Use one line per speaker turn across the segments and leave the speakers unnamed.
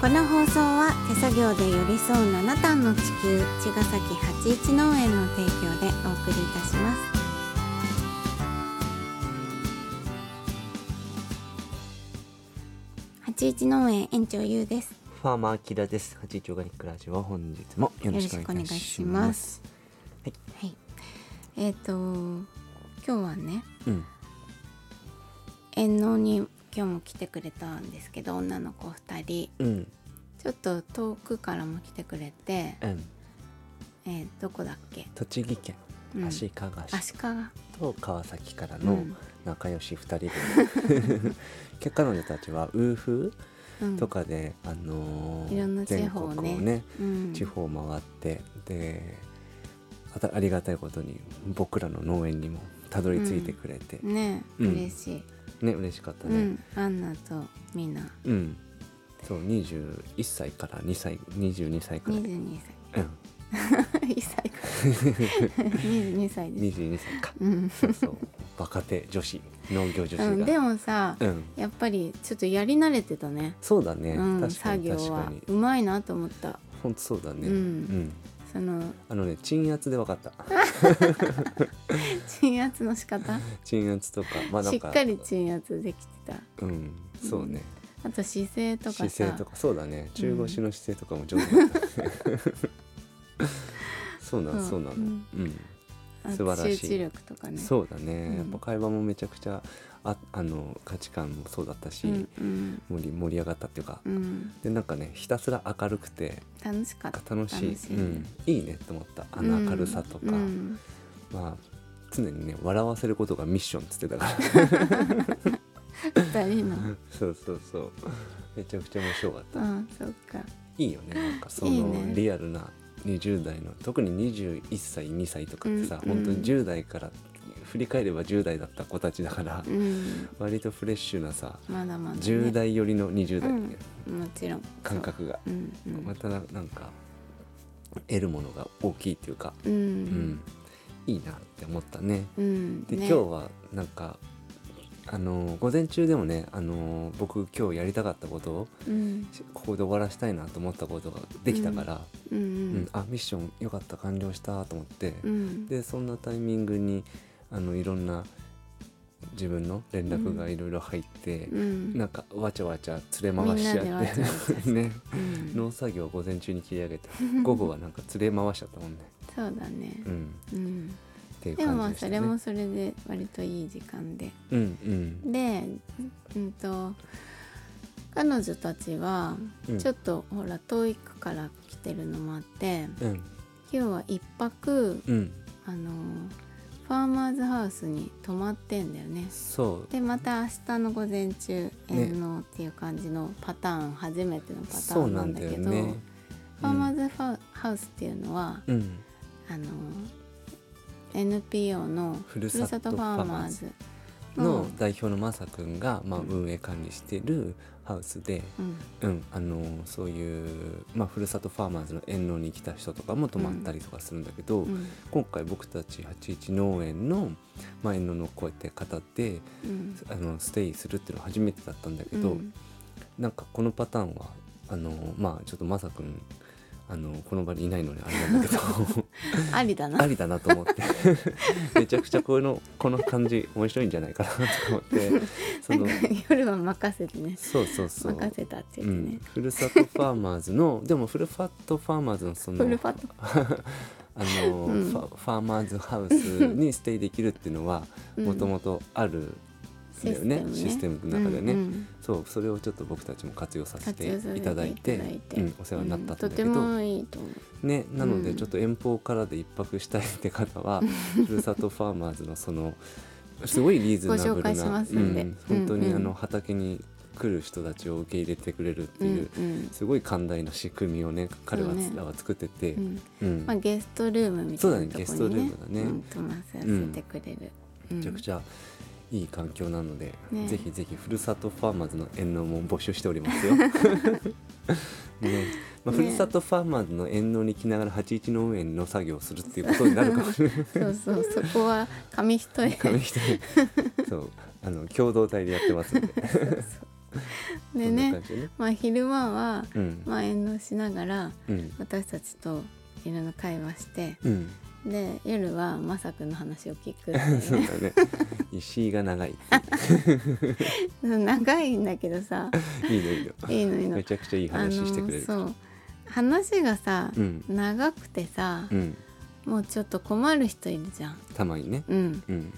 この放送は手作業で寄り添う7段の地球茅ヶ崎八一農園の提供でお送りいたします八一農園園長ゆうです
ファーマーキラです。八一オーガニックラジオは本日もよろしくお願いいたします。
はいえっ、と今日はね
うん、
園農に今日も来てくれたんですけど女の子2人
うん、
ちょっと遠くからも来てくれて、
うん、
えーどこだっけ、
栃木県
うん、
足利市
足利が
と川崎から
う
の
ん
仲良し二人 で、結果彼女たちはウーフ
うん
とかで、あのー
いろんな地方をね
全国をね
うん、
地方を回ってであたありがたいことに僕らの農園にもたどり着いてくれて、
ね、
うん
嬉しい、
ね嬉しかった
う
ね。
ん、アンナとミナ
うん、そう21歳から2歳22歳くらい。
22歳
うん
1歳か22歳です、
22歳か
うん
そうそう若手女子農業女子
う
が、うん
ん、でもさ、やっぱりちょっとやり慣れてたね
そうだね、
うん、
確か
作
に
業
確か
は
に
うまいなと思った
本当そうだね
うん
ん
その
あのね鎮圧で分かった
鎮圧の仕方
鎮圧とかまあな
し
ん
っ
か
かり鎮圧できてた
うんそうね、
あと姿勢とかさ
姿勢とかそうだね中腰の姿勢とかも上手だった、 そうな
うん
んそうなん
うん
うん、
あと
素晴らしい
集中力とかね
そうだね、
うん
やっぱ会話もめちゃくちゃああの価値観もそうだったし、
うんうん
盛り盛り上がったっていうか、
うん、
でなんかねひたすら明るくて、
楽しかった
楽しい
楽しい
うん、いいねと思ったあの明るさとか、
うん
まあ常にね笑わせることがミッションっつってたから
うん、二人 の
そうそうそうめちゃくちゃ面白かった、
あそっか
いいよねなんかその
いいね
リアルな20代の特に21歳2歳とかってさ、
うんうん
本当に10代から振り返れば10代だった子たちだから、
うん
割とフレッシュなさ
まだまだ、ね、
10代寄りの20代、ね
もちろん
感覚が、
そううんうん
またななんか得るものが大きいっていうか、
う
うんんいいなって思ったね。
うん
で、
ね
今日はなんかあのー午前中でもねあのー僕今日やりたかったことを
うん
しここで終わらしたいなと思ったことができたから、
うんう
うん
ん
あミッションよかった完了したと思って、
うん
でそんなタイミングにあのいろんな自分の連絡がいろいろ入って、
うん
なんかわちゃわちゃ連れ回しちゃ
みんなでわちゃわちゃ
っ
して
ね
うん
農作業を午前中に切り上 げて午後はなんか連れ回しちゃったもんね。
そうだね
うん、
うん
っていう
でもま
感
あ
じでした
それ
ね。
もそれで割といい時間で
うんうん
でうんと彼女たちは
うん
ちょっとほら遠いから来てるのもあって
うん
今日は一泊
うん
あのファーマーズハウスに泊まってんだよね
そう
でまた明日の午前中遠納っていう感じのパターン、初めてのパターンなんだけどファーマーズファウハウスっていうのは、
うん、
あの NPO の
ふるさとファーマーズの代表のまさくんが、まあ、
うん
運営管理してるハウスで、
うん
うん、あのそういう、まあ、ふるさとファーマーズの遠納に来た人とかも泊まったりとかするんだけど、
うん
今回僕たち81農園の、まあ、遠納のこうやって語って
うん
あのステイするっていうのは初めてだったんだけど、
うん
なんかこのパターンはあのまあちょっとまさくんあのこの場にいないのであれなんだけど。
ありだな
ありだなと思って めちゃくちゃこのこの感じ面白いんじゃないかなと思って そ
なん
の
か夜は任せてね
そうそうそう、
任せたって
う
言って
ん
ね、、
ふるさとファーマーズの でもふるさとファーマーズのその
フルパッと
あの、
うん
ファファーマーズハウスにステイできるっていうのは
うん
もともとあるんだよね,、システムの中でね、
うんうん
そうそれをちょっと僕たちも活用させ
活
て
用させて
いただいて
いただいて
うん、お世話になったんだけど、
うんとてもいいと思う
ね、なので
うん
ちょっと遠方からで一泊したいって 方は、ふるさとファーマーズのそのすごいリーズナブ
ご紹
ル
介し
な、
ますんで
うん本当
うん
に
うん
あの畑に来る人たちを受け入れてくれるっていう、
うんうん
すごい寛大な仕組みをね彼は
そうね
らは作ってて、
うん
うん
まあ、ゲストルームみたいなところに、ね、
そうだねゲストルームだね
うん、泊まらせてくれる、うん
めちゃくちゃいい環境なので、
ね
ぜひぜひふるさとファーマーズの遠納も募集してお りますよ。ねまあ、ふ
ね
るさとファーマーズの遠納に来ながら81農園の作業をするっていうことになるかもしれない
そうそうそこは紙一重
紙一重そうあの共同体でやってますんで
そうそうで
そんな
ね
感じね
まあ昼間は、
うん
まあ、遠慮しながら
うん
私たちといろんな会話して
うん
で夜はまさくんの話を聞くっていう
そう
ね
だね石井が長い
長いんだけどさ
いいのいいの
いいのいいの
めちゃくちゃいい話してくれる
あのそう話がさ、
うん
長くてさ、
うん
もうちょっと困る人いるじゃん
たまにね
うん
うん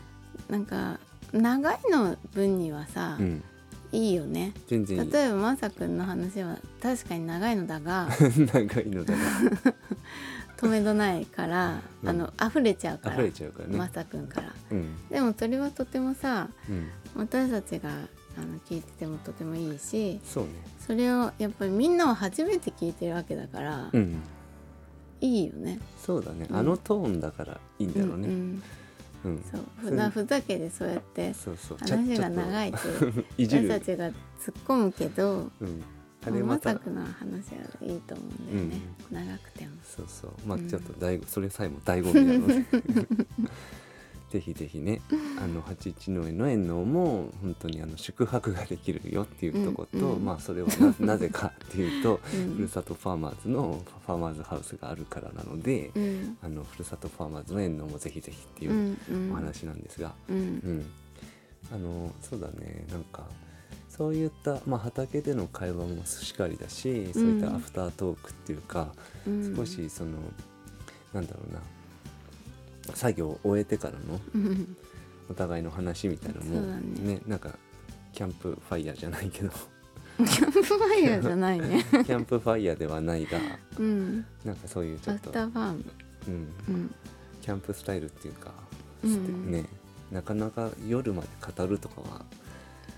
なんか長いの分にはさ、
うん
いいよね
全然
例
い
え
い
ばまさくんの話は確かに長いのだ が
長いのだか
止めどないから、
うん
あの溢れちゃうからら
溢れちゃうからね
まさくんから
うん
でも鳥はとてもさ
うん
私たちがあの聞いててもとてもいいし
そうね
それをやっぱりみんなは初めて聞いてるわけだから、
うん
いいよね。
そうだね
うん
あのトーンだからいいんだろう
うん
ね
うん
うん
そう
そ
ふ
れ
なふざけでそうやって
そうそうちゃ
話が長いって
いじ
私た
る
ちが突っ込むけど
うんあれ
ま
また
さくの話はいいと思うんだよね、長くても。
そうそうまあ
うん
ちょっと醍醐それさえも醍醐味なので ぜひぜひねあの八一の園の園のも本当にあの宿泊ができるよっていうとこと、
うんうん
まあそれはな なぜかっていうと、
うん
ふるさとファーマーズのファーマーズハウスがあるからなので、
うん
あのふるさとファーマーズの園のもぜひぜひって
う
いうん
うん
お話なんですが、
うん
うん、あのそうだねなんかそういった、まあ、畑での会話もしかりだしそういったアフタートークっていうか、
うん
少しそのなんだろうな作業を終えてからの
うん
お互いの話みたいなのも
そうだね
なんかキャンプファイヤーじゃな いけど
キャンプファイヤーじゃない ね。
キャンプファイヤーではないが
うん、
なんかそういうちょ
ア
っ
フ
と、
ターファーム。
うん、
うん
キャンプスタイルっていうか、
うん
ねなかなか夜まで語るとかは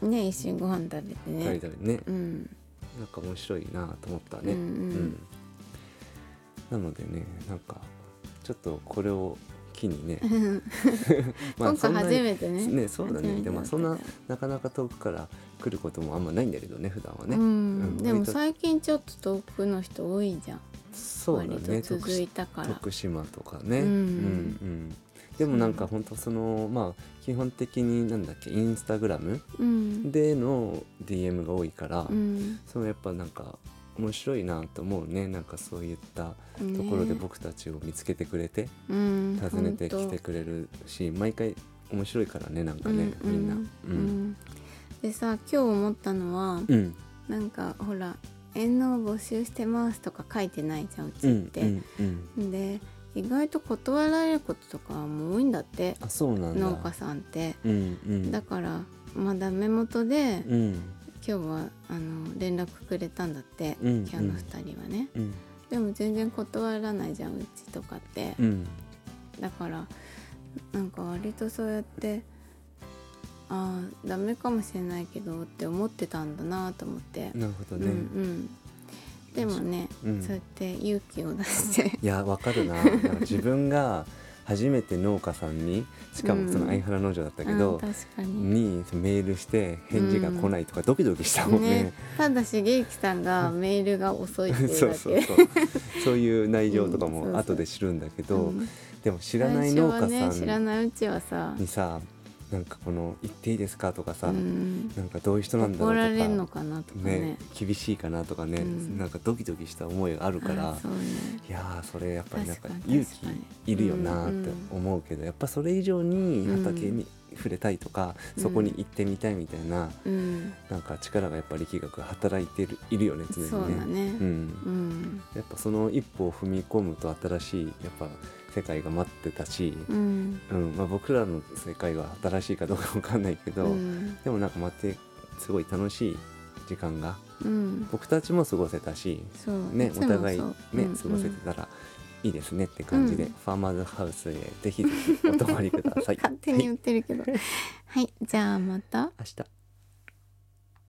ね一緒にご飯食べてね。
大体ね
うん
なんか面白いなと思った
うんう
ね。うん
ん、
なのでねなんかちょっとこれを機 にねまあ
今
そ
回
んな
初
に
めてね。
ね、そうだ
初め
ね。
て
で
だ
も
った
そんななかなか遠くから来ることもあんまないんだけどね、普段はね。
うん、でも
割と
最近ちょっと遠くの人多いじゃん。
そうだね。
割と
徳
続いたから。
徳島とかね。
う
うんんうん。でもなんか本当そのまあ基本的になんだっけインスタグラム
うん。
での DM が多いから、
うん。
そのやっぱなんか面白いなと思うね。なんかそういったところで僕たちを見つけてくれて、
うん
訪ねてきてくれるし、毎回面白いからねなんかね、
うん
みんな。
う
うん。
んでさ今日思ったのは、
うん。
なんかほら「縁の募集してます」とか書いてないじゃんうちって。
うんうんうん
で意外と断られることとかも多いんだって
あそうなんだ
農家さんって。
うんうん
だからまだメモとで、
うん
今日はあの連絡くれたんだって、
うんうん
キャンの2人はね。
うん
でも全然断らないじゃんうちとかって。
うん
だからなんか割とそうやってああダメかもしれないけどって思ってたんだなと思って、
なるほど
うん
ね、
うん、でもね、
うん
そうやって勇気を出して
いやわ かるななんか自分が初めて農家さんにしかもそうの
ん
相原農場だったけ
うん
ど、
確かに。
にそのメールして返事が来ないとかドキドキしたもんね
ね、ただしげいきさんがメールが遅いっていう
そ
だ
う
け
そうそう そういう内容とか
うんそうそ
も
う
後で知るんだけど、
うん
でも知らな
最
い
初
農
は
家
ね知ら
さん
ないうちはさ、
にさ、なんかこの「言っていいですか?」とかさ、
うん、
なんかどういう人なんだろうとか
怒られるのかなとかね
ね厳しいかなとかね、
うん
なんかドキドキした思いがあるから。
あそうね
いやーそれやっぱりなんか
確かに
勇
確かに
気いるよなーって思うけど、やっぱそれ以上に畑に触れたいとか、
うん
そこに行ってみたいみたいな
うん、
なんか力がやっぱ力学が働いてるいるよね常にね。
そうだね
うん
うん
やっぱその一歩を踏み込むと新しいやっぱ世界が待ってたし、
うん
うんまあ、僕らの世界は新しいかどうかわかんないけど、
うん
でもなんか待ってすごい楽しい時間が
うん、
僕たちも過ごせたし
そう
ね、
いつ
お
もそう
互いね、
うん
過ごせてたらいいですねって感じで、
うん
ファーマーズハウスへ ぜひぜひお泊まりください。
勝手に言ってるけどはいじゃあまた
はい明日